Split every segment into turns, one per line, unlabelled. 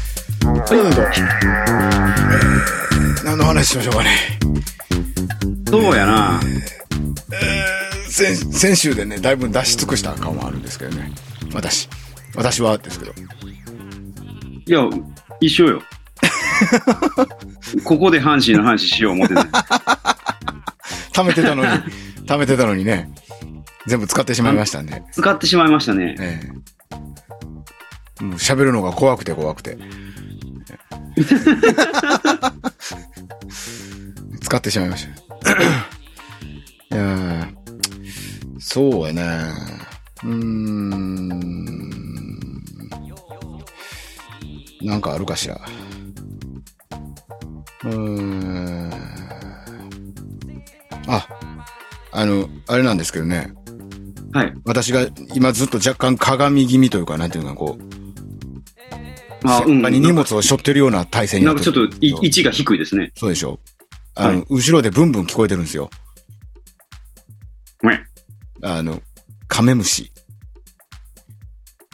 なんだよ。
何の話しましょうかね。
そうやな。
先先週でね、だいぶ出し尽くした感はあるんですけどね。私。私はですけど。
いや、一緒 よ。ここで阪神の話しよう思ってて。
貯めてたのに、貯めてたのにね、全部使ってしまいましたんで。
使ってしまいましたね。
ええもう喋るのが怖くて怖く て。使ってしまいました。いやーそうやね。うーん。なんかあるかしら。うーん。あ、あの、あれなんですけどね。
はい。
私が今ずっと若干鏡気味というか、なんていうのか、こう、
まあ、うん。
先に荷物を背負ってるような体勢に
な
なんっ
か
て
ちょ
る
っとい、位置が低いですね。
そうでしょあの、
は
後ろでブンブン聞こえてるんですよ。
ごめん。
あの、カメムシ。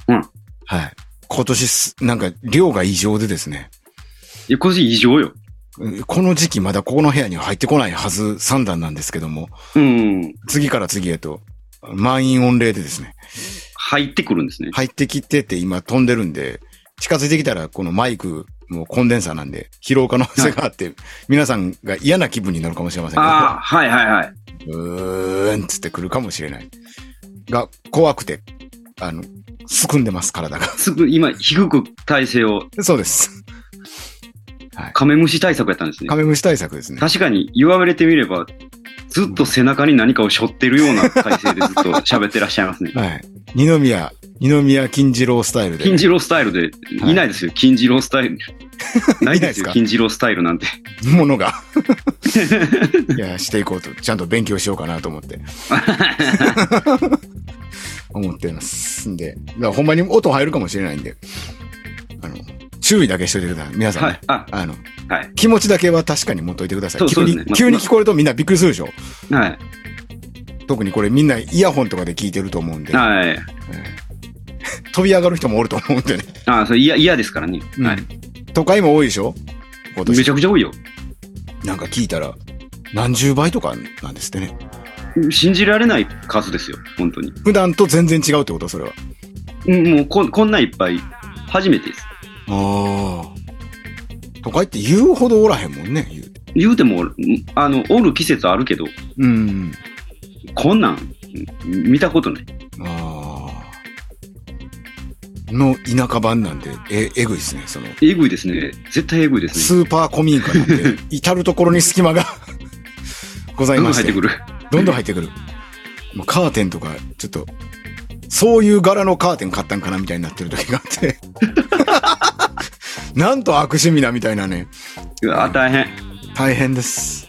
うん
はい。今年す、なんか量が異常でですね。
いや今年異常よ。
うんこの時期まだここの部屋には入ってこないはず三段なんですけども、
うん。
次から次へと、満員御礼でですね、
入ってくるんですね。
入ってきてて今飛んでるんで、近づいてきたらこのマイク、もうコンデンサーなんで、疲労可能性があって、皆さんが嫌な気分になるかもしれません
ああ、はいはいはい。
けど、うーんっつってくるかもしれない。が、怖くて、あの、すくんでます、体が。
すぐ、今、低く体勢を、
そうです。
カメムシ対策やったんですね
カ。メムシ対策ですね。。
確かに言われてみれば、ずっと背中に何かを背負ってるような体勢でずっと喋ってらっしゃいますね
はい。二宮、二宮金次郎スタイルで。
金次郎スタイルで、
はい
いないですよ、金次郎スタイル。ないですよ
いないですか、
金次郎スタイルなんて。
ものが。いや、していこうと、ちゃんと勉強しようかなと思って。思ってます。んで、だからほんまに音入るかもしれないんで、あの、注意だけしといてください。皆さんね、
はい。あ、
あの、
はい。
気持ちだけは確かに持っといてください。
そう
急に、
そうですねま
急に聞こえるとみんなびっくりするでしょ。
はい。
特にこれみんなイヤホンとかで聞いてると思うんで、
はい。
飛び上がる人もおると思うんでね。
ああ、それ嫌、嫌ですからね。
うん
はい。
都会も多いでしょ今
め
年
ちゃくちゃ多いよ。
なんか聞いたら、何十倍とかなんですってね。
信じられない数ですよ、本当に。
普段と全然違うってことそれは。
うんもうこ、こんないっぱい、初めてです。
ああ。都会って言うほどおらへんもんね、言うて。
言うても、んあの、おる季節あるけど、
うん。
こんなん、ん見たことない。
ああ。の田舎版なんで、え、えぐいっすね、その。
えぐいですね。絶対えぐいです
ス
ね。
ーパーコミンカなん で、至るところに隙間が ござい
どん
ま
どん
し
入っててくる。
どんどん入ってくる。もうカーテンとか、ちょっと、そういう柄のカーテン買ったんかなみたいになってる時があ って。なんと悪趣味だみたいなね。
うわ、大変。
大変です。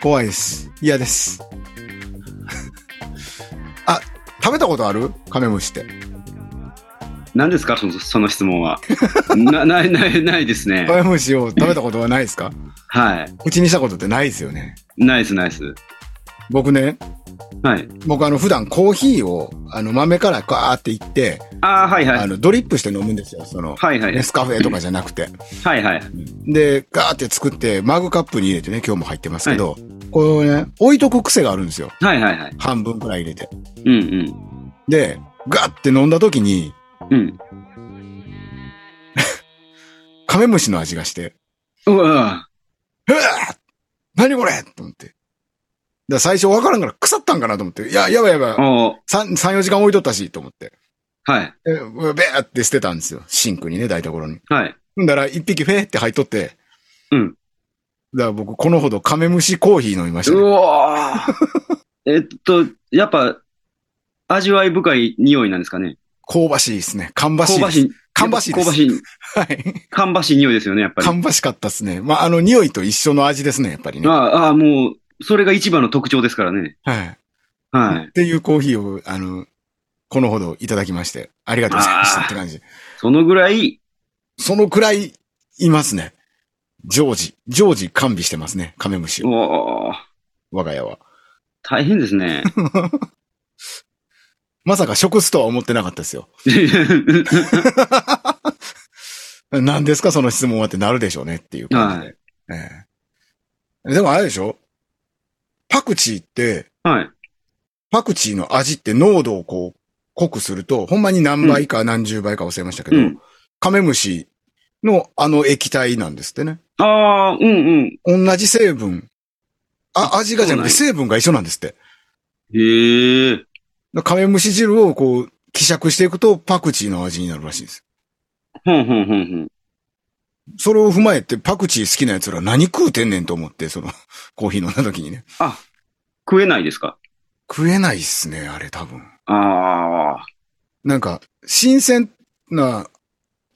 怖いです。嫌です。 あ、食べたことあるカメムシって。
何ですかそのその質問 は。な、ない、ない、ないですね。
カメムシを食べたことはないですか
は
口にしたことってないですよね。
い。ナイス、ナイス。
僕ね、
はい。
僕あの普段コーヒーをあの豆からガーっていって、
ああ、はいは
あ
い。
のドリップして飲むんですよ。その、
はいはい
ネ。スカフェとかじゃなくて。
はいはい。
で、ガーって作って、マグカップに入れてね、今日も入ってますけど、これをね、置いとく癖があるんですよ。
はいはいはい。
半分くらい入れて。
うん
で、ガーって飲んだ時に、
うん。うん。
カメムシの味がして、
うわ
うわー何これと思って。だから最初わからんから腐ったんかなと思って、いや、やばいやばい。
おー
3、3、4時間置いとったし、と思って。
はい。
え、うわべーって捨てたんですよ。シンクにね、台所に。
はい。
んだら、一匹フェーって入っとって。
うん。
だから僕、このほどカメムシコーヒー飲みました
う
ね、
わー えっと、やっぱ、味わい深い匂いなんですかね。
香ばしいですね。芳しいで
香ば
す。
しい。
かんばしいで
香
す
ばしい。
はい。
かんばしい匂いですよね、やっぱり。
かんばしかったですね。まあ、あの、匂いと一緒の味ですね、やっぱりね。
あ
は
あ、ああ、もう、それが一番の特徴ですからね。
い。
はい
っ。ていうコーヒーを、あの、このほどいただきまして、ありがとうございましたって感じ。
そのぐらい、
そのくらい、いますね。常時、常時完備してますね、カメムシを、
おー
我が家は。
大変ですね。
まさか食すとは思ってなかったですよ。 何ですかその質問はってなるでしょうねっていう感じで。ええでもあれでしょパクチーって、
はい。
パクチーの味って濃度をこう、濃くすると、ほんまに何倍か何十倍か忘れましたけ
う
ど、
ん。
カメムシのあの液体なんですってね。
ああ、うんうん。
同じ成分。あ、味がじゃなくて
そ
成分が一緒なんですって。
へえ。
だからカメムシ汁をこう、希釈していくとパクチーの味になるらしいです。
ほんほんほんほん。
それを踏まえてパクチー好きな奴ら何食うてんねんと思って、その、 コーヒー飲んだ時にね。
食えないですか
食えないっすね、あれ多分。
ああ。
なんか、新鮮な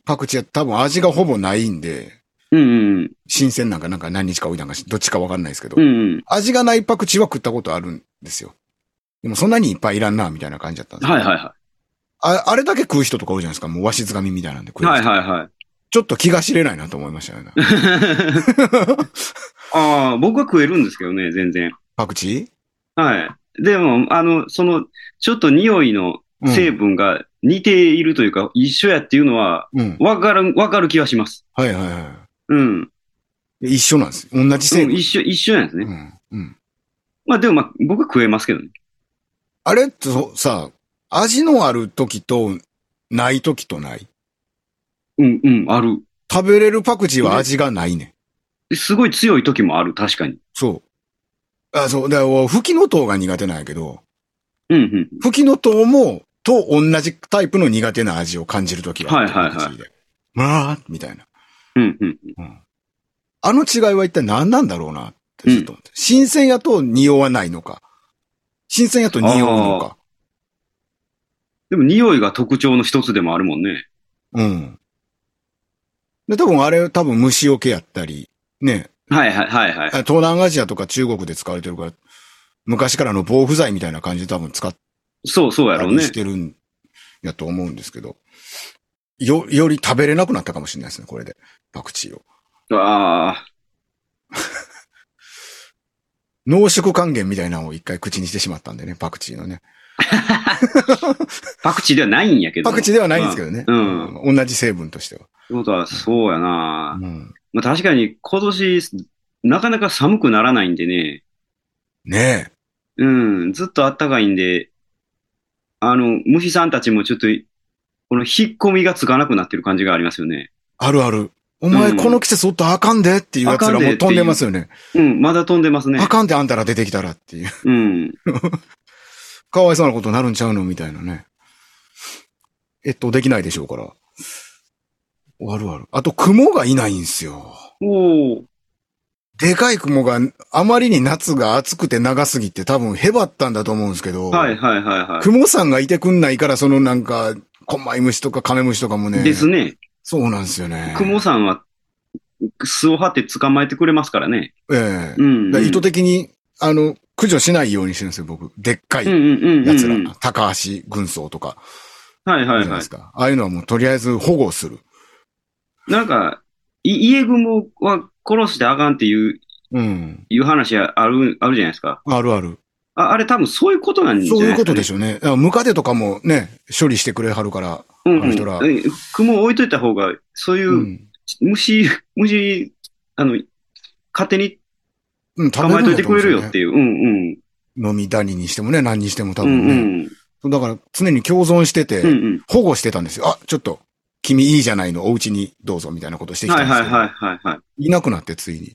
パクチーは多分味がほぼないんで、
うんうん
新鮮なんかなんか何日か置いたんかしどっちかわかんないですけど、
うん。うん
味がないパクチーは食ったことあるんですよ。でもそんなにいっぱいいらんな、みたいな感じだったん
う
です
ん。
よ
はいはいは
ああれだけ食う人とか多いじゃないですか。もうわしづかみみたいなんで食
い。
う、
はいはいはい。
ちょっと気が知れないなと思いましたよ ね。
ああ、僕は食えるんですけどね、全然。
パクチ
はい。でも、あの、その、ちょっと匂いの
ー、うん、
成分が似ているというか、一緒やっていうのは、
うん。
わかる、わかる気はします。
はいはいは
うん。
い。一緒なんです。同じ成
うん
分。
一緒、一緒なんです
う
ね。
ん。うん。
まあでもまあ、僕は食えますけどね。
あれってそさ、味のある時とない時とない。
うんうん、ある。
食べれるパクチーは味がないね。
すごい強い時もある、確かに。
そう。あ、そう。だから、吹きの糖が苦手なんやけど、
うんうん。
吹きの糖も、と同じタイプの苦手な味を感じるときは。
はいはいはい
パクチーで。まあ、みたいな。
うんうん。
あの違いは一体何なんだろうなってちょっと思って。新鮮やと匂わないのか。新鮮やと匂うのか。
でも匂いが特徴の一つでもあるもんね。
うん。で、多分あれ、多分虫除けやったり、ね。
はいはいはいはい。
あ東南アジアとか中国で使われてるから、昔からの防腐剤みたいな感じで多分使っ
そうそうやろうね
し。てるんやと思うんですけど、よ、より食べれなくなったかもしれないですね、これで。パクチーを。
ああ、
濃縮還元みたいなのを一回口にしてしまったんでね、パクチーのね。
パクチーではないんやけど。
パクチーではないんですけどね。
うん
うん同じ成分としては。
ってことは、そうや
う
な。
ん
まあ、確かに今年、なかなか寒くならないんでね。
ね
うん、ずっと暖かいんで、あの、虫さんたちもちょっと、この引っ込みがつかなくなってる感じがありますよね。
え。あるある。お前、
うん
この季節おったらあかんでっていうやつらもう飛んでますよね。
うん、まだ飛んでますね
あ。かんであんたら出てきたらっていう。
うん。
かわいそうなことになるんちゃうのみたいなね。えっと、できないでしょうから。あるある。あと、雲がいないんですよ。
おー
でかい雲があまりに夏が暑くて長すぎて多分へばったんだと思うんですけど、
はいはいはいは
雲さんがいてくんないからそのなんか、こんまい虫とかカメムシとかも
い。
ね。
ですね。
そうなんですよね。
クモさんは、巣を張って捕まえてくれますからね。
ええ
うん、
だ
う
から
ん。
意図的に、あの、駆除しないようにしてるんですよ、僕。でっかい
うんうんうんうん。
奴ら。高橋軍曹とか、
はい
じゃ
はい
ない
は
ですか。ああいうのはもうとりあえず保護する。
い。なんか、い家蜘蛛は殺してあかんっていう、
うん。
いう話ある、あるじゃないですか。
あるある。
ああれ多分そういうことなんじゃ
そう
ない
いうことで
し
しょうね。だからムカデとかもね、処理してくれはるから。
ょ。うん、
あの人ら。
うん。雲を置いといた方が、そういううん虫、虫、あの、勝手に
うん、
捕まえといてくれるよって
いう。
いう。うん
飲み谷にしてもね、何にしても多
うん。うん
分
う
ね。
ん。
そうだから常に共存してて、
うんうん。
保護してたんですよ。あ、ちょっと、君いいじゃないの、お家にどうぞみたいなことしてき
は
た
い
んです
は
け
い
ど、
はいはいはい。
いなくなってついに。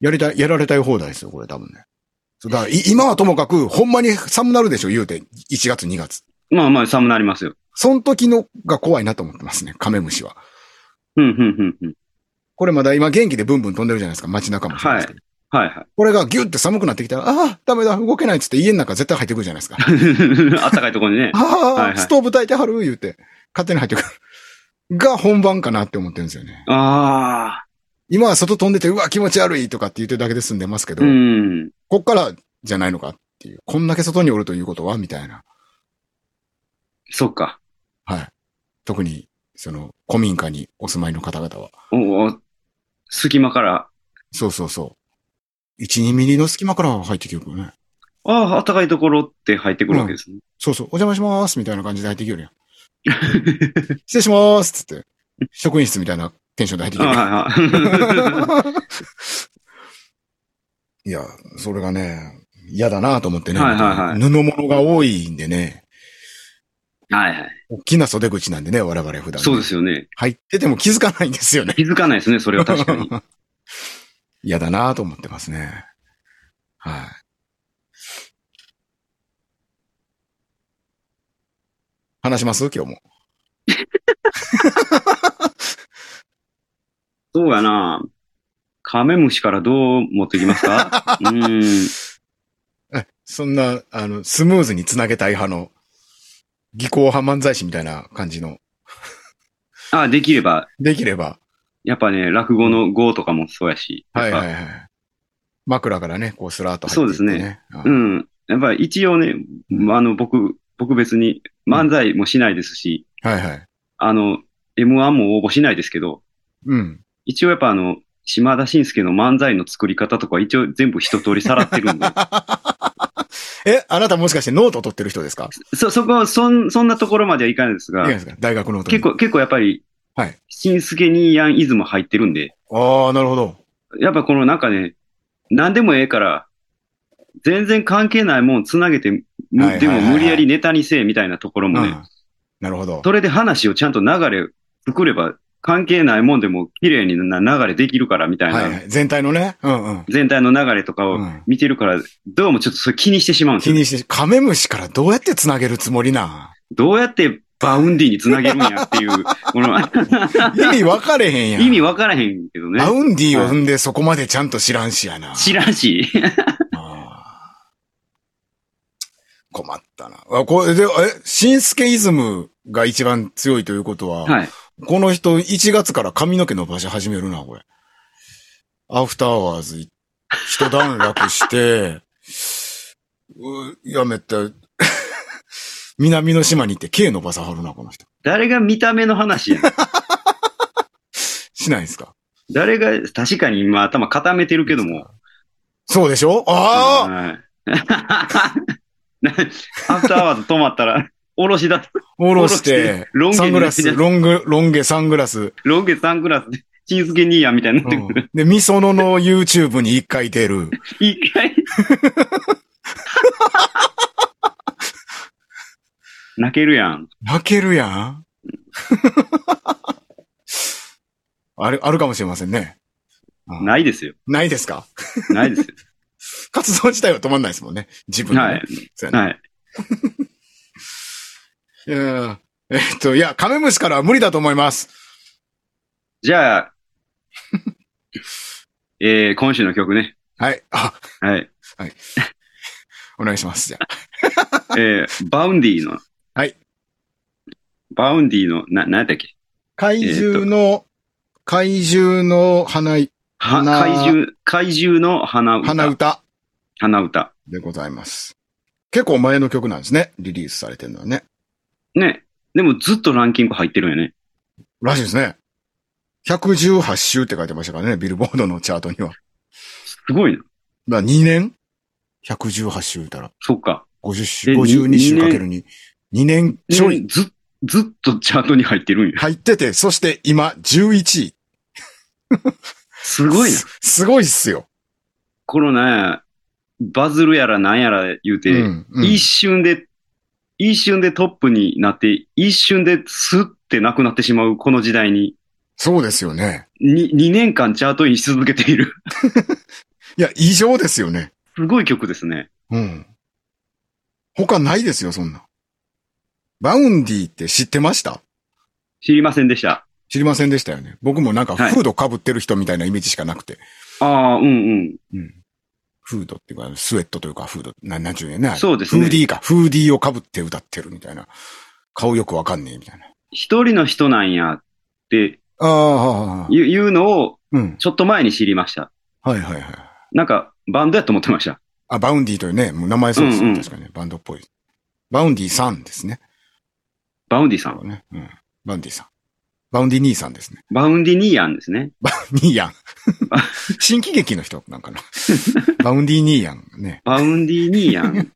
やりたい、やられたい放題ですよ、これ多分ね。そうだからい今はともかく、ほんまに寒なるでしょ、言うて。1月、2月。
まあまあ寒なりますよ。
その時のが怖いなと思ってますね、カメムシは。
うんうんうんうん。
これまだ今元気でブンブン飛んでるじゃないですか、街中もそうですけど。
はいはい。
これがギュって寒くなってきたら、ああ、ダメだ、動けないっつって家の中絶対入ってくるじゃないです か。
あったかいところに ね。
ああ、
はいはい
ストーブ炊いてはる言うて、勝手に入ってくる。が本番かなって思ってるんですよね。
ああ、
今は外飛んでて、うわ、気持ち悪いとかって言ってるだけで済んでますけど、
うん。
こっからじゃないのかっていう。こんだけ外におるということはみたいな。
そっか。
はい。特に、その、古民家にお住まいの方々は。
おお隙間から。
そうそうそう。1、2ミリの隙間から入ってくるよね。
ああ、あったかいところって入ってくるわけですね。
そうそう、お邪魔しますみたいな感じで入ってくるやん。失礼しますっつって。職員室みたいなテンションで入ってき
あ
てる。
はいは い。
いや、それがね、嫌だなと思ってね。
はいはいはい
布物が多いんでね、
はいはい。
大きな袖口なんでね、我々普段。
そうですよね。
入ってても気づかないんですよね。
気づかないですね、それ は確かに。
嫌だなと思ってますね。はい。話します今日も。
そうやな。カメムシからどう持ってきま すかうーん。
えそんな、あの、スムーズにつなげたい派の、技巧派漫才師みたいな感じの、
あ、できれば、
できれば、
やっぱね、落語の語とかもそうやし。や
は
っ
い
ぱ
はいはい。 枕からね、こうスラーっと入っていって、ね。そう。
うんん。やっぱり一応ね、まああの、僕、僕別に漫才もしないですし、
はいはい。
あの、M1 も応募しないですけど、
うん。
一応やっぱあの、島田紳介の漫才の作り方とか一応全部一通りさらってる んで、
え、あなたもしかしてノートを取ってる人ですか
そ、そこ、そん、そんなところまではいかないです
いい
が、
ですか大学ノートに
結。構、結構やっぱり、
はい。
紳助にやんイズム入ってるんで、
ああ、なるほど。
やっぱこのなんかね、何でもええから、全然関係ないもんつなげて、
はいはいはいは
む
い
でも無理やりネタにせえみたいなところも
う
ね、
んなるほど。
それで話をちゃんと流れ作れば、関係ないもんでも綺麗にな流れできるからみたいな、
はいはい。全体のね。うんうん。
全体の流れとか
う
を
ん
見てるから、どうもちょっとそれ気にしてしまうんです
気
よ。
にして、カメムシからどうやってつなげるつもりな
どうやってバウンディにつなげるんやって いう、この
意味分かれへ んやん。
意味わからへんけどね
ア。ウンディを産んでそこまでちゃんと知らんしやな。
知らんし。
あー困ったな。あ、これで、え、シンスケイズムが一番強いということは、
はい。
この人1月から髪の毛伸ばし始めるな、これ。アフターアワーズ、一段落して、うやめて、 南の島に行って毛伸ばさはるな、この人。
誰が見た目の話やねん
しないですか
誰が、確かに今頭固めてるけども。
そうでしょああ
はい なアフターアワーズ止まったら、おろしだと、
おろして、
おろして
サングラ
ロン毛
ス、
に
ロング、ロン毛、サングラス。
ロン毛サングラスで、チーズケニーヤみたいになって くる。
で、ミソノの YouTube に一回出る。
一回。泣けるやん。
泣けるやん。 ある、あるかもしれませんね。うん
ないですよ。
ないですか
ないです よ。
活動自体は止まんないですもんね。自分のね
はい。
そうやね
はい。
いやーえっと、いや、カメムシからは無理だと思います。
じゃあ、 えー、今週の曲ね。
はい。あ、
はい。
お願いします。じゃ
えー、バウンディの。
はい。
バウンディの、な、なんだっけ
怪獣の、怪獣の花い、
は、
花
怪獣、怪獣の花歌。
花歌
花歌。
でございます。結構前の曲なんですね。リリースされてるのはね。
ね。でもずっとランキング入ってるよね。
らしいですね。118週って書いてましたからね、ビルボードのチャートには。
すごいな。
まあ2年 ?118 週いたら、
そっか。
50週、
で
52週
に
かける2。2年ちょい
ず、ずっとチャートに入ってるんや。
入ってて、そして今11位。
すごいな
す。すごいっすよ。
このね、バズるやらなんやら言うて、
うんうん
一瞬で、一瞬でトップになって、一瞬でスッてなくなってしまうこの時代に、
そうですよね。
に2年間チャートインし続けている。
いや、異常ですよね。
すごい曲ですね。
うん。他ないですよ、そんな。バウンディって知ってました
知りませんでした。
知りませんでしたよね。僕もなんか
はい
フード被ってる人みたいなイメージしかなくて。
ああ、うんうん。
うん。フードっていうか、スウェットというか、フード、な、なんちゅうねんな。
そうですね
フーディーか、フーディーを被って歌ってるみたいな。顔よくわかんねえ、みたいな。
一人の人なんやって
ああ、
いういうのを
うん。
ちょっと前に知りました。
はいはいはい。
なんかバンドやと思ってました。
あ、バウンディというね、もう名前そうですね。
うんうん
確かにね、バンドっぽい。バウンディさんですね。
バウンディさん。
ねうん。バウンディさん。バウンディ兄さんですね。
バウンディニーヤンですね。
兄 やん。新喜劇の人なんかな。バウンディ兄やんね。
バウンディニーヤ ン。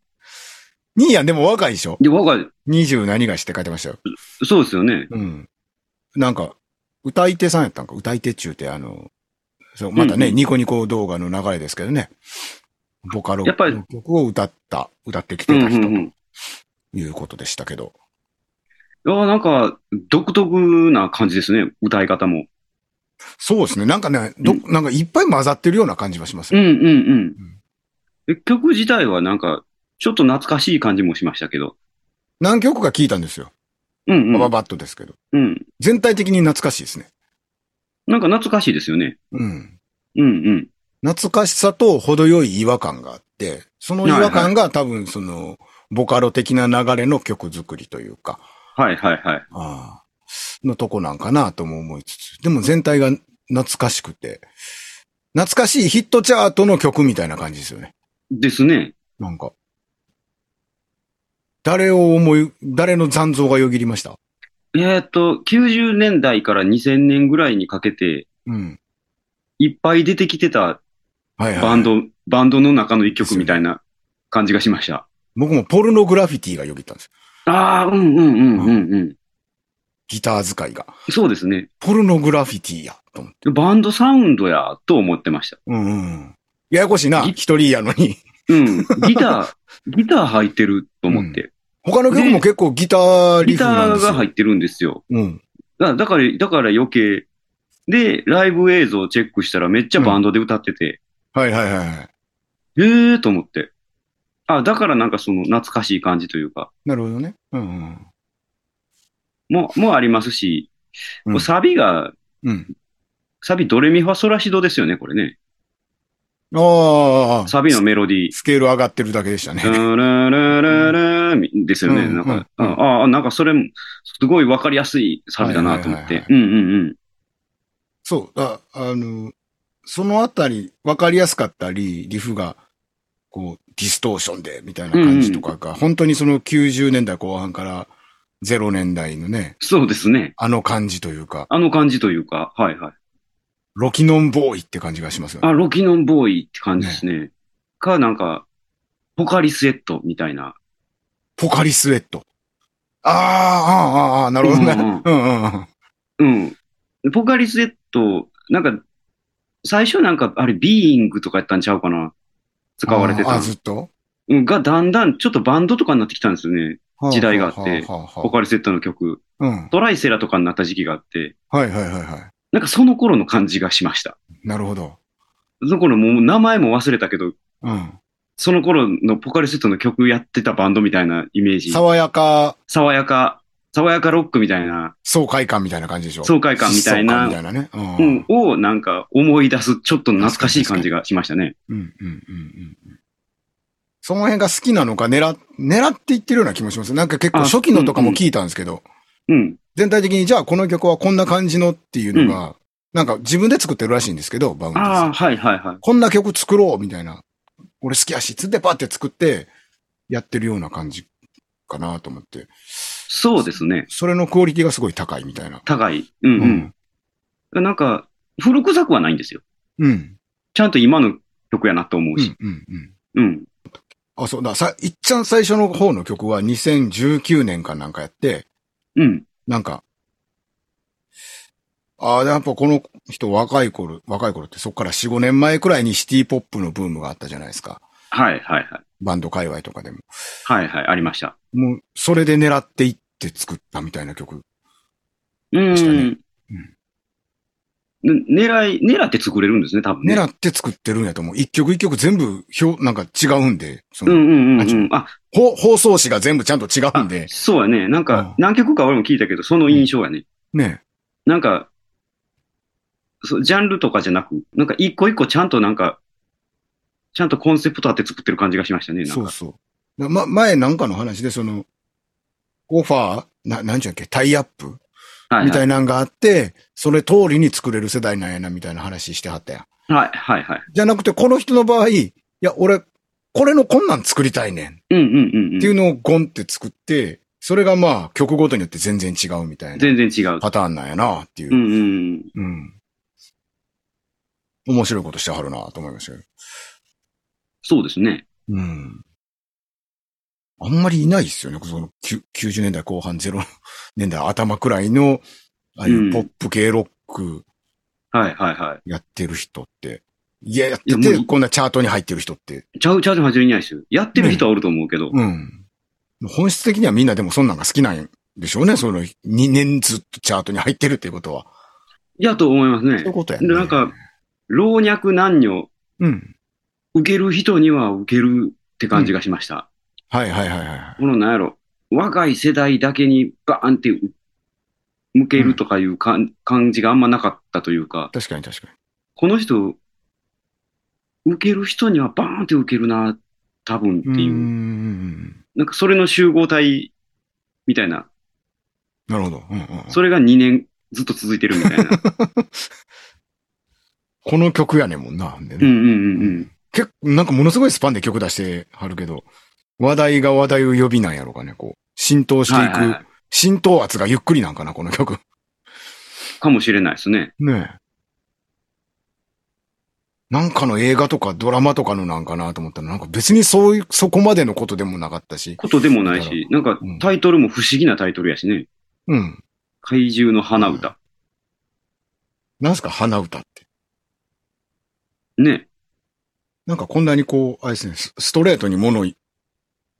兄やんでも若いでしょ
で、僕は、
二十何がしって書いてましたよ。
そうですよね。
うん。なんか、歌い手さんやったんか歌い手中ってあの、そう、またね、
うんうん
ニコニコ動画の流れですけどね。ボカロ
やっぱり
の曲を歌った、歌ってき
う
て
ん
た
う
人と
んうん。
いうことでしたけど。
いや、なんか、独特な感じですね、歌い方も。
そうですね。なんかね、ど、なんかいっぱい混ざってるような感じはします
う
よ。
んうんうん。で曲自体はなんか、ちょっと懐かしい感じもしましたけど。
何曲か聞いたんですよ。
うんう
ババ
ん。
バッとですけど。
うん。
全体的に懐かしいですね。
なんか懐かしいですよね。
うん。
うんうん。
懐かしさと程よい違和感があって、その違和感が多分その、ボカロ的な流れの曲作りというか、
はいはいはい。
ああ、のとこなんかなとも思いつつ、でも全体が懐かしくて、懐かしいヒットチャートの曲みたいな感じですよね。
ですね。
なんか。誰を思い、誰の残像がよぎりました
えーっと、90年代から2000年ぐらいにかけて、
うん。
いっぱい出てきてた
はいはい。
バン。ド、バンドの中の一曲みたいな感じがしました。
僕もポルノグラフィティがよぎったんですよ。
ああ、うんうんうんうんうん。
ギター使いが。
そうですね。
ポルノグラフィティや、と思って。
バンドサウンドや、と思ってました。
うんうん。ややこしいな、
ギ
一人やのに。
うん。ギター、ギター入ってると思って。
他の曲も結構ギターリ
ギ
フ
タ
なんで
ー
すよ。
が入ってるんですよ。
うん。
だだから、だから余計。で、ライブ映像をチェックしたらめっちゃバンドで歌ってて、
はいはいはいはい。
ええーと思って。あ、だからなんかその懐かしい感じというか、
なるほどね。うん
も、もありますし、
うん
サビが、
うん。うん。
サビドレミファソラシドですよね、これね。
ああ。
サビのメロディー。
スケール上がってるだけでしたね。
ラララララみですよね。
うん
なんか、
うんうん
ああ、なんかそれも、すごいわかりやすいサビだなと思っ
はい
て。
は
うんうん
そう、あ、あの、そのあたり、わかりやすかったり、リフが、こう、ディストーションで、みたいな感じとかが、本当にその90年代後半から0年代のね、
そうですね。
あの感じというか、
あの感じというか、はいはい。
ロキノンボーイって感じがしますよね。
あ、ロキノンボーイって感じですね。か、なんか、ポカリスエットみたいな。
ポカリスエット。あーあー、あーあー、なるほどね。うんうんうん。
うん。ポカリスエット、なんか、最初なんか、あれ、ビーイングとかやったんちゃうかな使われて
あー
た
あ、ずっと
うんが、だんだん、ちょっとバンドとかになってきたんですよね。時代があってポ
ポ
カリスエットの曲。
うん。
トライセラとかになった時期があって、
はいはいはいは
なんかその頃の感じがしました。
い。なるほど。
その頃もう名前も忘れたけど、
うん。
その頃のポカリスエットの曲やってたバンドみたいなイメージ。
爽やか、
爽やか、爽やかロックみたいな、
爽快感みたいな感じでしょ
爽快感みたいな
疾走感みたいなね。うん。
うん、をなんか思い出す、ちょっと懐かしい感じがしましたね。
うんうんうんうんうんその辺が好きなのか狙っ、狙っていってるような気もします。なんか結構
あ
初期のとかも聞いたんですけど、
うん。
全体的にじゃあこの曲はこんな感じのっていうのが、なんか自分で作ってるらしいんですけど、バウンディ
あ
ーズ。
あ、はいはいはい。
こんな曲作ろうみたいな。俺好きやし、つってパって作ってやってるような感じかなと思って。
そうですね。
それのクオリティがすごい高いみたいな。
高い。うんうん。なんか、古臭くはないんですよ。
うん。うん。
ちゃんと今の曲やなと思う
う
し
ん。。うん。うん。
うん。
あ、そうだ。さ、いっちゃん最初の方の曲は2019年かなんかやって、
うん。
なんか、ああ、やっぱこの人若い頃、若い頃ってそっから4、5年前くらいにシティポップのブームがあったじゃないですか。
はいはいはい。
バンド界隈とかでも。
はいはい、ありました。
もう、それで狙っていって作ったみたいな曲。
う
でしたね
ん。ね狙い、狙って作れるんですね、多分ね。
狙って作ってるんやと思う。一曲一曲全部、表、なんか違うんで、そ
うん
の、
うんうんう
何
ん。あ、
ほ放送紙が全部ちゃんと違うんで、
そうやね。な
う
ん
ん
か、何曲か俺も聞いたけど、その印象やね。
ね。
なんか、そう、ジャンルとかじゃなく、なんか一個一個ちゃんとなんか、ちゃんとコンセプトあって作ってる感じがしましたね、なん
そう
か。
そう。だま、前なんかの話で、その、オファーな、なんちゅうんやっけタイアップ
はい
み
は
た
い。
いなんがあって、それ通りに作れる世代なんやな、みたいな話してはったやん。
はいはいはい。
じゃなくて、この人の場合、いや、俺、これのこんなん作りたいねんっ
うんうんうんうん。
ていうのをゴンって作って、それがまあ、曲ごとによって全然違うみたいな
全然違う。
パターンなんやな、っていうう。
んうんうん。
うん。面白いことしてはるな、と思いましたよ。
そうですね。
うん。あんまりいないですよね。そのきゅ90年代後半、0年代頭くらいの、ああいううんポップ系、ロッ曲
はいはいは
やってる人って。いや、やって
いや
て
もう、
こんなチャートに入ってる人って。
い。ちゃう、ちゃうちゃう始めにないですよ。やってる人はおると思うけど。
うん。本質的にはみんなでもそんなんが好きなんでしょうね。その、2年ずっとチャートに入ってるっていうことは。
やと思います
そういう
ね。
ことやね。
でなんか、老若男女、
うん。
受ける人には受けるって感じがしました。
はいはいはいはい。
このなんやろ、若い世代だけにバーンって向けるとかいうかん感じがあんまなかったというか、
確かに確かに。
この人、受ける人にはバーンって受けるな、多分っていう
ー
う。
ん。
なんかそれの集合体みたいな、
なるほど。うんうんうん
それが2年ずっと続いてるみたい な。
この曲やねんもんな。でね
うんうんうんうん。
結構、なんかものすごいスパンで曲出してはるけど、話題が話題を呼びなんやろうかね、こう。浸透して
はいいはいは
く、浸透圧がゆっくりなんかな、この曲。
い。かもしれないですね。
ねえ。なんかの映画とかドラマとかのなんかなと思ったら、なんか別にそういう、そこまでのことでもなかったし。
ことでもないし、なんか
うん
タイトルも不思議なタイトルやしね。
うん。
怪獣の花歌。
なんすか、花歌って。
ね。
なんかこんなにこう、あれですね、スストレートに物を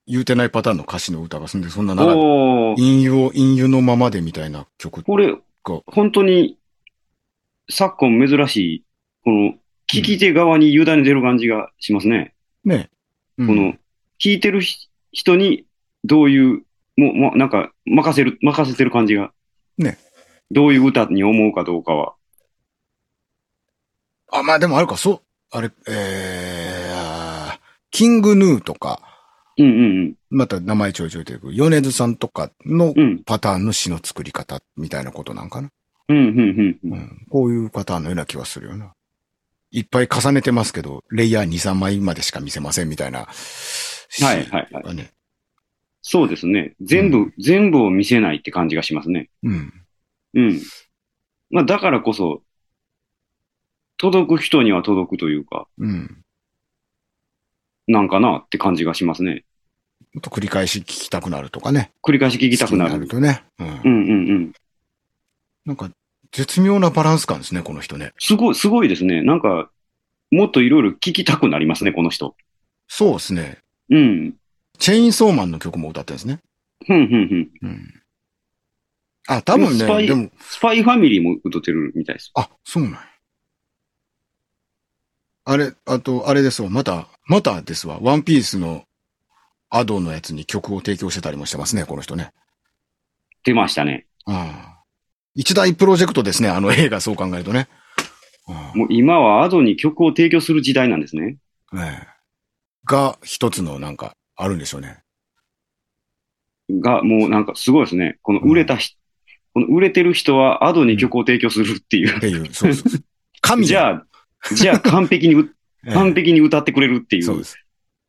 言うてないパターンの歌詞の歌がすんで、そんななら、
おー
陰陽、陰陽のままでみたいな曲
これ、
が、
本当に、昨今珍しい、この、聞き手側に委ねてる感じがしますね。
ね。うん
この、聞いてるひ人に、どういう、もう、ま、なんか、任せる、任せてる感じが。
ね。
どういう歌に思うかどうかは。
あ、まあでもあるか、そう、あれ、えーあー、キングヌーとか、
うんうん
また名前ちょいちょい出てくる、米津さんとかの
うん。うん。
パターンの詩の作り方みたいなことなんかな。
うんうんうん
う
うん。
ん。こういうパターンのような気はするよな。いっぱい重ねてますけど、レイヤー2、3枚までしか見せませんみたいな。
はいはいはい。
い。ね。
そうですね。全部、
う
全部を見せないって感じがしますね。
うん。
うん。まあ、だからこそ、届く人には届くというか、
うん。
なんかなって感じがしますね。
もっと繰り返し聞きたくなるとかね。
繰り返し聞きたくな
好きに
る。
とね。うん。
うんうんうん。
なんか、絶妙なバランス感ですね、この人ね。
すごい、すごいですね。なんか、もっといろいろ聞きたくなりますね、この人。
そうですね。
うん。
チェインソーマンの曲も歌ってるんですね。
ふんふんふん。
うん。あ、多分
スパ
ね、
イ
でも、
スパイファミリーも歌ってるみたいです。
あ、そうなんやあれ、あと、あれですわ。また、またですわ。ワンピースのアドのやつに曲を提供してたりもしてますね、この人ね。
出ましたね。
うん。一大プロジェクトですね、あの映画、そう考えるとね。うん
もう今はアドに曲を提供する時代なんですね。
ねえが、一つのなんか、あるんでしょうね。
が、もうなんかすごいですね。この売れたひ、この売れてる人はアドに曲を提供するっていう
っ。ていう、そうそう そう。神
じゃ
あ、
あ、じゃあ完璧にう、
ええ
完璧に歌ってくれるっていう。
そうです。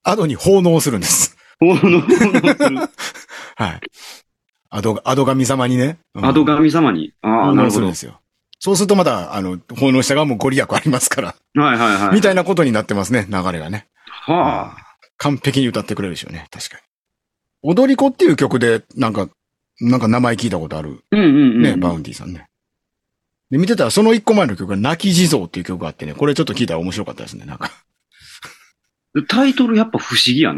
アドに奉納するんです。
奉納する
はい。アドが、アド神様にね。うん
アド神様に。ああ、
奉
なる
納す
ほ
るん
ど。は
ですよ。そうするとまだ、あの、奉納した側もご利益ありますから、
いはいはい。
みたいなことになってますね、流れがね。
はあ。
完璧に歌ってくれるでしょうね、確かに。踊り子っていう曲で、なんか、なんか名前聞いたことある
うんうんうん。
ね、バウンディさんね。で、見てたらその一個前の曲が泣き地蔵っていう曲があってね、これちょっと聞いたら面白かったですね、なんか。
タイトルやっぱ不思議やん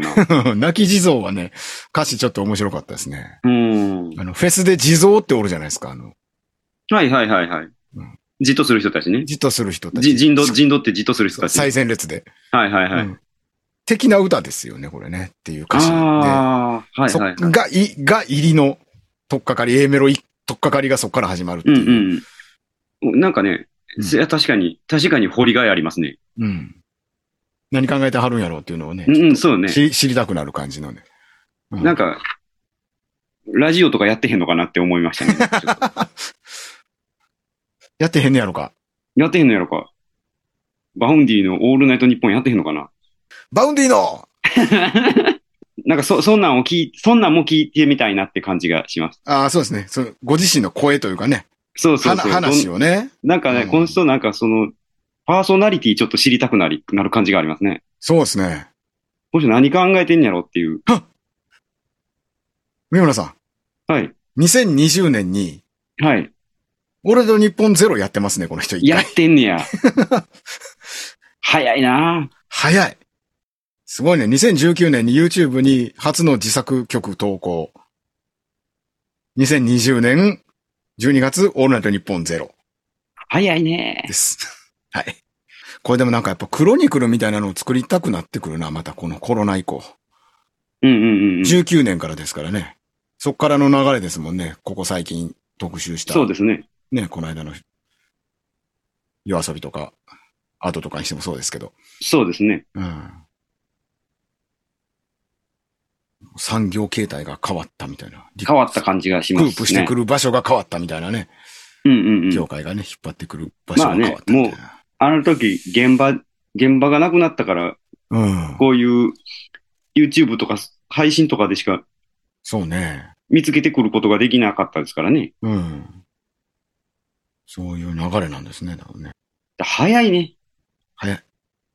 な。
泣き地蔵はね、歌詞ちょっと面白かったですね。
うん。
あの、フェスで地蔵っておるじゃないですか、あの、
はいはいはいはい
うん。
じっとする人たちね。
じっとする人た
じ
ち。
人道、人道ってじっとする人たち。は
最
い
前列で。
はいは
う
い。
ん的な歌ですよね、これね。っていう歌詞で。
ああ、はい
そ
はいはい。
が、い、が入りの、とっかかり、A メロい、とっかかりがそこから始まるって
う
いう。
んうん。なんかね、
うん
せ確かに、確かに掘りがいありますね。
うん何考えてはるんやろうっていうのをね、
うんうん、そうね。
知り知りたくなる感じのね。うん
なんか、ラジオとかやってへんのかなって思いましたね。 ちょっと
やってへんねやろか。
やってへんのやろか。バウンディのオールナイトニッポンやってへんのかな。
バウンディの
なんかそ、そんなんを聞い、そんなんも聞いてみたいなって感じがします。
ああ、そうですね。そのご自身の声というかね、
そうそ
は
う
な
そう。
話をね。
なんかね、
うん
この人なんかその、パーソナリティちょっと知りたくなり、なる感じがありますね。
そうですね。
もし何考えてんやろっていう。
三村さ
はい。
ん、2020年に
はい。
俺と日本ゼロやってますね、この人。一
や
回
ってんねや。早いな
早い。すごいね。2019年に YouTube に初の自作曲投稿。2020年12月、オールナイト日本ゼロ
早いね
です。 はい。これでもなんかやっぱクロニクルみたいなのを作りたくなってくるな、またこのコロナ以降。
うんうんうんうん。
19年からですからね。そっからの流れですもんね。ここ最近特集した。
そうですね。
ね、この間の夜遊びとか、アートとかにしてもそうですけど。
そうですね。
うん。産業形態が変わったみたいな。
変わった感じがし
リ
ま
ク
すね。
ープしてくる場所が変わったみたいなね。
うんうんう
業
ん。
界がね、引っ張ってくる場所が変わったみたいな。
あの時、現場、現場がなくなったから、
うん。
こういう YouTube とか配信とかでしか
そうね。
見つけてくることができなかったですからね。
うん。そういう流れなんですね、だからね。
早いね。
早い。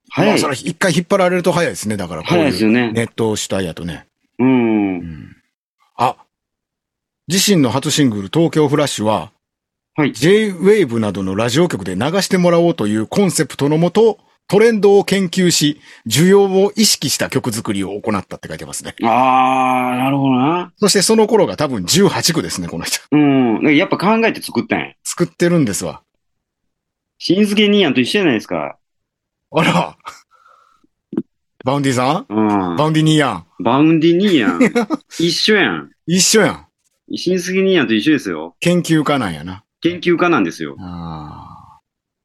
早
まあ
い。
それ一回引っ張られると早いですね、だからこう
早いです
いう
よね。
ネット主体やとね。
う。
うんん。あ、自身の初シングル、東京フラッシュは、
はい。
J-Wave などのラジオ局で流してもらおうというコンセプトのもと、トレンドを研究し、需要を意識した曲作りを行ったって書いてますね。
あー、なるほどな。
そしてその頃が多分18区ですね、この人。
うん。だからやっぱ考えて作ったんや。
作ってるんですわ。
しんすけ兄やんと一緒じゃないですか。
あら。バウンディさん
うん。
バウンディ兄やん。
バウンディ兄やん。一緒やん。
一緒やん。
しんすけ兄やんと一緒ですよ。
研究家なんやな。
研究家なんですよ。
あ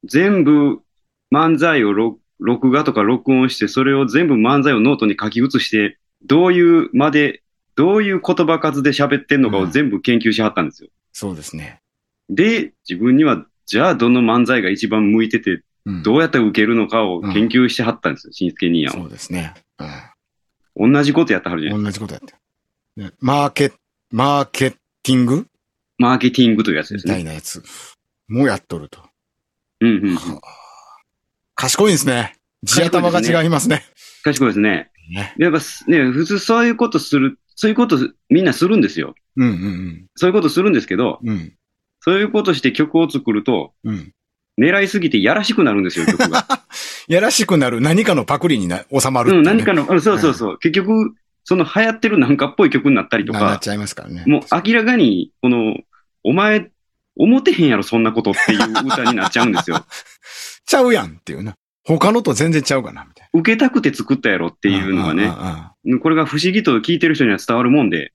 全部漫才を録録画とか録音して、それを全部漫才をノートに書き写して、どういうまで、どういう言葉数で喋ってんのか
う
を
ん
全部研究しはったんですよ。
そうですね。
で、自分には、じゃあどの漫才が一番向いてて、
うん
どうやって受けるのかを研究してはったんですよ、新助兄やん
そ
は。
うですね。うん
同じことやってはるじゃないですか。
同じことやってる。ねマーケ、マーケティング
マーケティングというやつで
み
す
たい
ね。
なやつ。もうやっとると。
うんうん。
賢いんですね。地頭が違いますね。
賢いですね。
ね
やっぱすね、普通そういうことする、そういうことみんなするんですよ。
うんうん
そういうことするんですけど、
うん。うん。
そういうことして曲を作ると、
うん。
狙いすぎてやらしくなるんですよ、曲 が。
やらしくなる何かのパクリにな収まるって
う
い
ん、
うね、
何かの、うんそうそうそう。結局、その流行ってるなんかっぽい曲になったりと
ななっ
か、
ちゃいますからね。
もう明らかに、この、お前、思てへんやろ、そんなことっていう歌になっちゃうん ですよ。
ちゃうやんっていうな。他のと全然ちゃうかな、みたい
受けたくて作ったやろって
な。
いうのが
ん
ね、
ん
これが不思議と聞いてる人には伝わるもんで、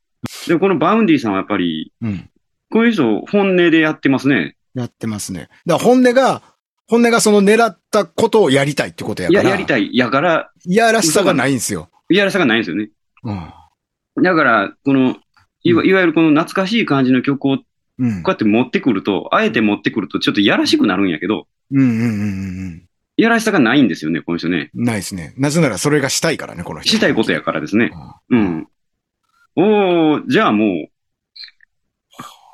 でもこのバウンディさんはやっぱり、
うんうん。
こういう人、本音でやってますね。
やってますね。だから本音が、本音がその狙ったことをやりたいってことやか
や、
ら。
やりたい。やから、
いやらしさがないんですよ。
いやらしさがないんですよね。
うん。
だから、この、いわ
うん
いわゆるこの懐かしい感じの曲を
うん。
こうやって持ってくると、あえて持ってくると、ちょっとやらしくなるんやけど、
うんうんうんうん
やらしさがないんですよね、この人ね。
うん。ないですね。なぜならそれがしたいからね、この人。
したいことやからですね。
う。
うんん。おー、じゃあもう、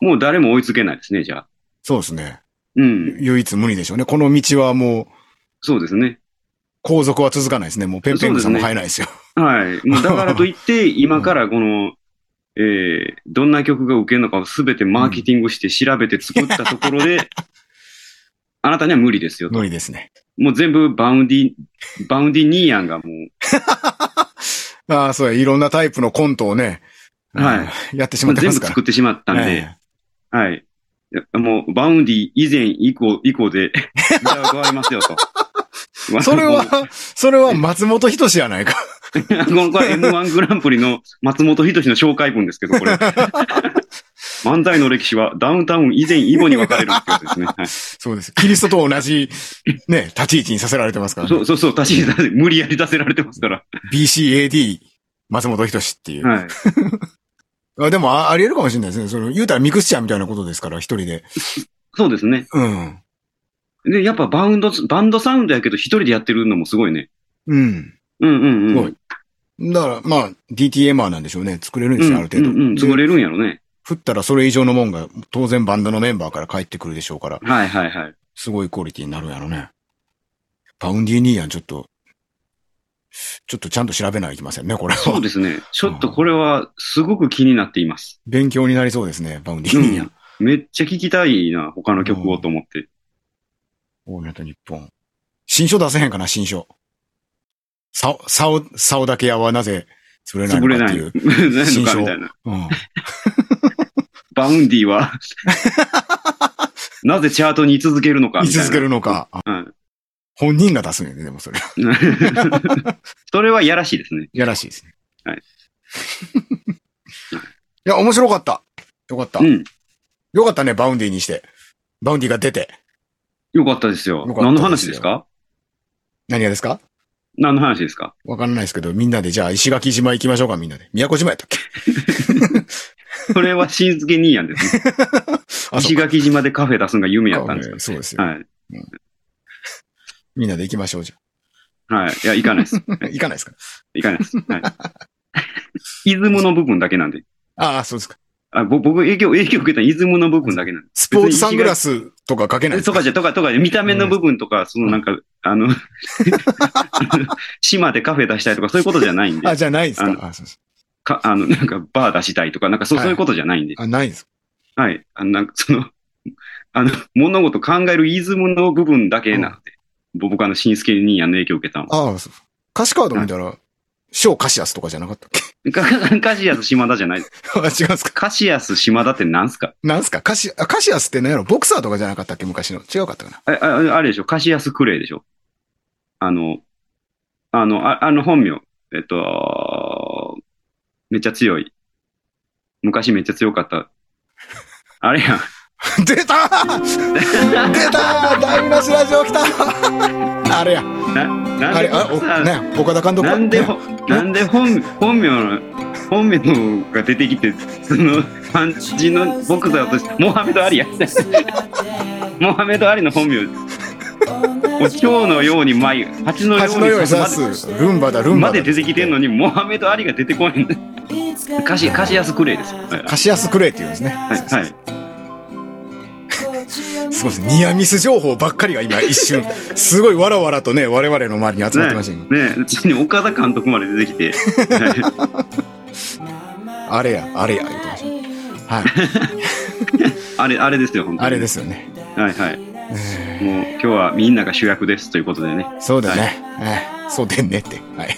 もう誰も追いつけないですね、じゃあ。
そうですね。
うん。
唯一無二でしょうね。この道はもう、
そうですね。
後続は続かないですね。もうペンペン草も生えないですよ。
はい。もうだからといって、今からこの、えー、どんな曲が受けるのかを全てマーケティングして調べて作ったところで、 あなたには無理ですよと。
無理ですね。
もう全部バウンディ、バウンディニーヤンがもう、
ああ、そうや。いろんなタイプのコントをね、。
はい
やってし
も
まっ
う
てま
全部
すから。
作ってしまったんで、
え
はい。もう、バウンディ以前以降、以 降で、じゃあ加わりますよと。
えそれ
こ
は、それは松本人志やないか。
の、これ M1 グランプリの松本人志の紹介文ですけど、これ。漫才の歴史はダウンタウン以前以後に分かれるってことですね。はい、
そうです。キリストと同じ、ね、立ち位置にさせられてますから、
そ
ね。
うそうそう、足し算無理やり出せられてますから。
BCAD、松本人志っていう。
は
あでもあ、あり得るかもしれないですね。その、言うたらミクスチャーみたいなことですから、一人で。
い。そうですね。
うん。
で、やっぱバウンド、バンドサウンドやけど一人でやってるのもすごいね。
うん。
うんうんう
す
ん。
ごいだから、まあ、DTMR なんでしょうね。作れるんで
う
す
ん、
よ、ある程度。
うんうん、
で
潰れるんやろね。
振ったらそれ以上のもんが、当然バンドのメンバーから返ってくるでしょうから。
はいはいはい。
すごいクオリティになるやろね。バウンディニーヤン、ちょっと、ちょっとちゃんと調べないといけませんね、これ
そ
は
う。ですね。ちょっとこれはすごく気になっています。
勉強になりそうですね、バウンディ
う
ニーヤ
ん
ン。。
めっちゃ聞きたいな、他の曲をと思って。
オールナイト日本。新書出せへんかな、新書。さお、さお、さおだけ屋はなぜ潰れない
潰れ
のかっ
な
て
い。
いう。
ない のか みたいな。
うん。
バウンデ ィはなぜチャートに居続けるのか
い
みたいな。
続けるのか。あ
うん。
本人が出すんやね、でもそれ。
それはやらしいですね。
やらしいですね。
はい。
いや、面白かった。よかった。
うん。
よかったね、バウンディにして。バウンディが出て。
よかったです
よ
よ。
かったですよ
何の話ですか
何がですか
何の話です か
わかんないですけど、みんなでじゃあ石垣島行きましょうか、みんなで。宮古島やったっけ
それは新助兄やんですね。
あそう
石垣島でカフェ出すのが夢やったんです
そうです
か
よ。
はい。
みんなで行きましょう、じゃ
はい。いや、行かないです。
あ。行かないですか
行かないで す。はい。イズムの部分だけなんで。
ああ、そうですか。
あ、ぼ僕、影響、影響受けたのイズムの部分だけなんで。
スポーツサングラスとかかけない
え
です
と
か
かじゃ、とか、とかじゃ、見た目の部分とか、そのなんか、あの、 島でカフェ出したいとか、そういうことじゃないんで
あ、、じゃあないです
あ
か
の
あそうです。
かあの、なんか、バー出したいとか、なんかそう、
はい
そういうことじゃないんで、
あ、ないです。
はい。あの、なんか、その、あの、物事考えるイズムの部分だけなんで、僕、あの、新助兄やんの影響を受けたのは。
ああ、そう。歌詞カード見たら、小カシアスとかじゃなかったっけ
カカシアス島田じゃないです。
あ、違うんですか
カシアス島田ってなんすか
なんすかカシ、あカシアスって何やろボクサーとかじゃなかったっけ昔の。違うかったかな
あああれでしょカシアスクレイでしょあの、あの、ああの本名、えっと、めっちゃ強い。昔めっちゃ強かった。あれやん。
出たー出たー台無しラジオ来た あれや。
な
あれ、あ、お、
んで
ね、岡田監督。
なんで
ね
ほ、なんで本、本名の、本名が出てきて、その、パンチのボクサーとして、モハメド・アリや。モハメド・アリの本名、もう今日のように舞い、蜂のように
蜂のように
ま
刺。
です
ルンバだ、ルンバ
ま
だ。
で出てきてんのに、モハメド・アリが出てこないんだ。カシ、カシアスクレイです。はい、
カシアスクレイって言うんですね。
はいはい。
すごいです。ニアミス情報ばっかりが今一 瞬、すごいわらわらとね、我々の周りに集まってましたよ、
ねえ、ねえついに岡田監督まで出てき て、はい
今あれや、あれや、言ってました。 はい。
あれ、あれですよ、本当に。
あれですよね。
はいはい。
え
もう今日はみんなが主役ですということでね。
ーそうだね。えーそうでんねって。はい。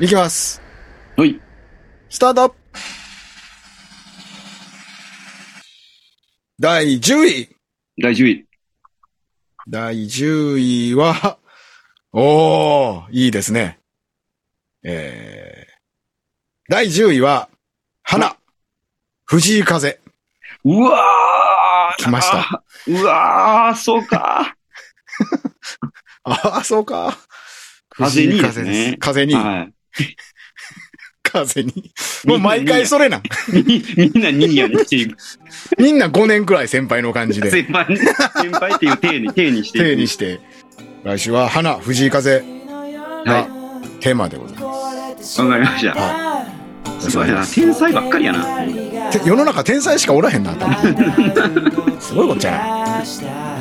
いきます。
はい。
スタート第10位
第10位。
第10位は、おー、いいですね。えー、第10位は、花、藤井風。
うわー
来ました
あうわーそうか
ああ、そうか。
風に
藤井
ですね
風に、
は
風に。もう毎回それなん。
い。みみんなニーヤにしていく。
みんな5年くらい先輩の感 じで、
先輩、先輩っていう体に、体にしていく。
手にして、来週は花、藤井風がテーマでございま
わかりました。
す。
すごいな。天才ばっかりやな。
て世の中天才しかおらへんな、と思ってすごいこっちゃな。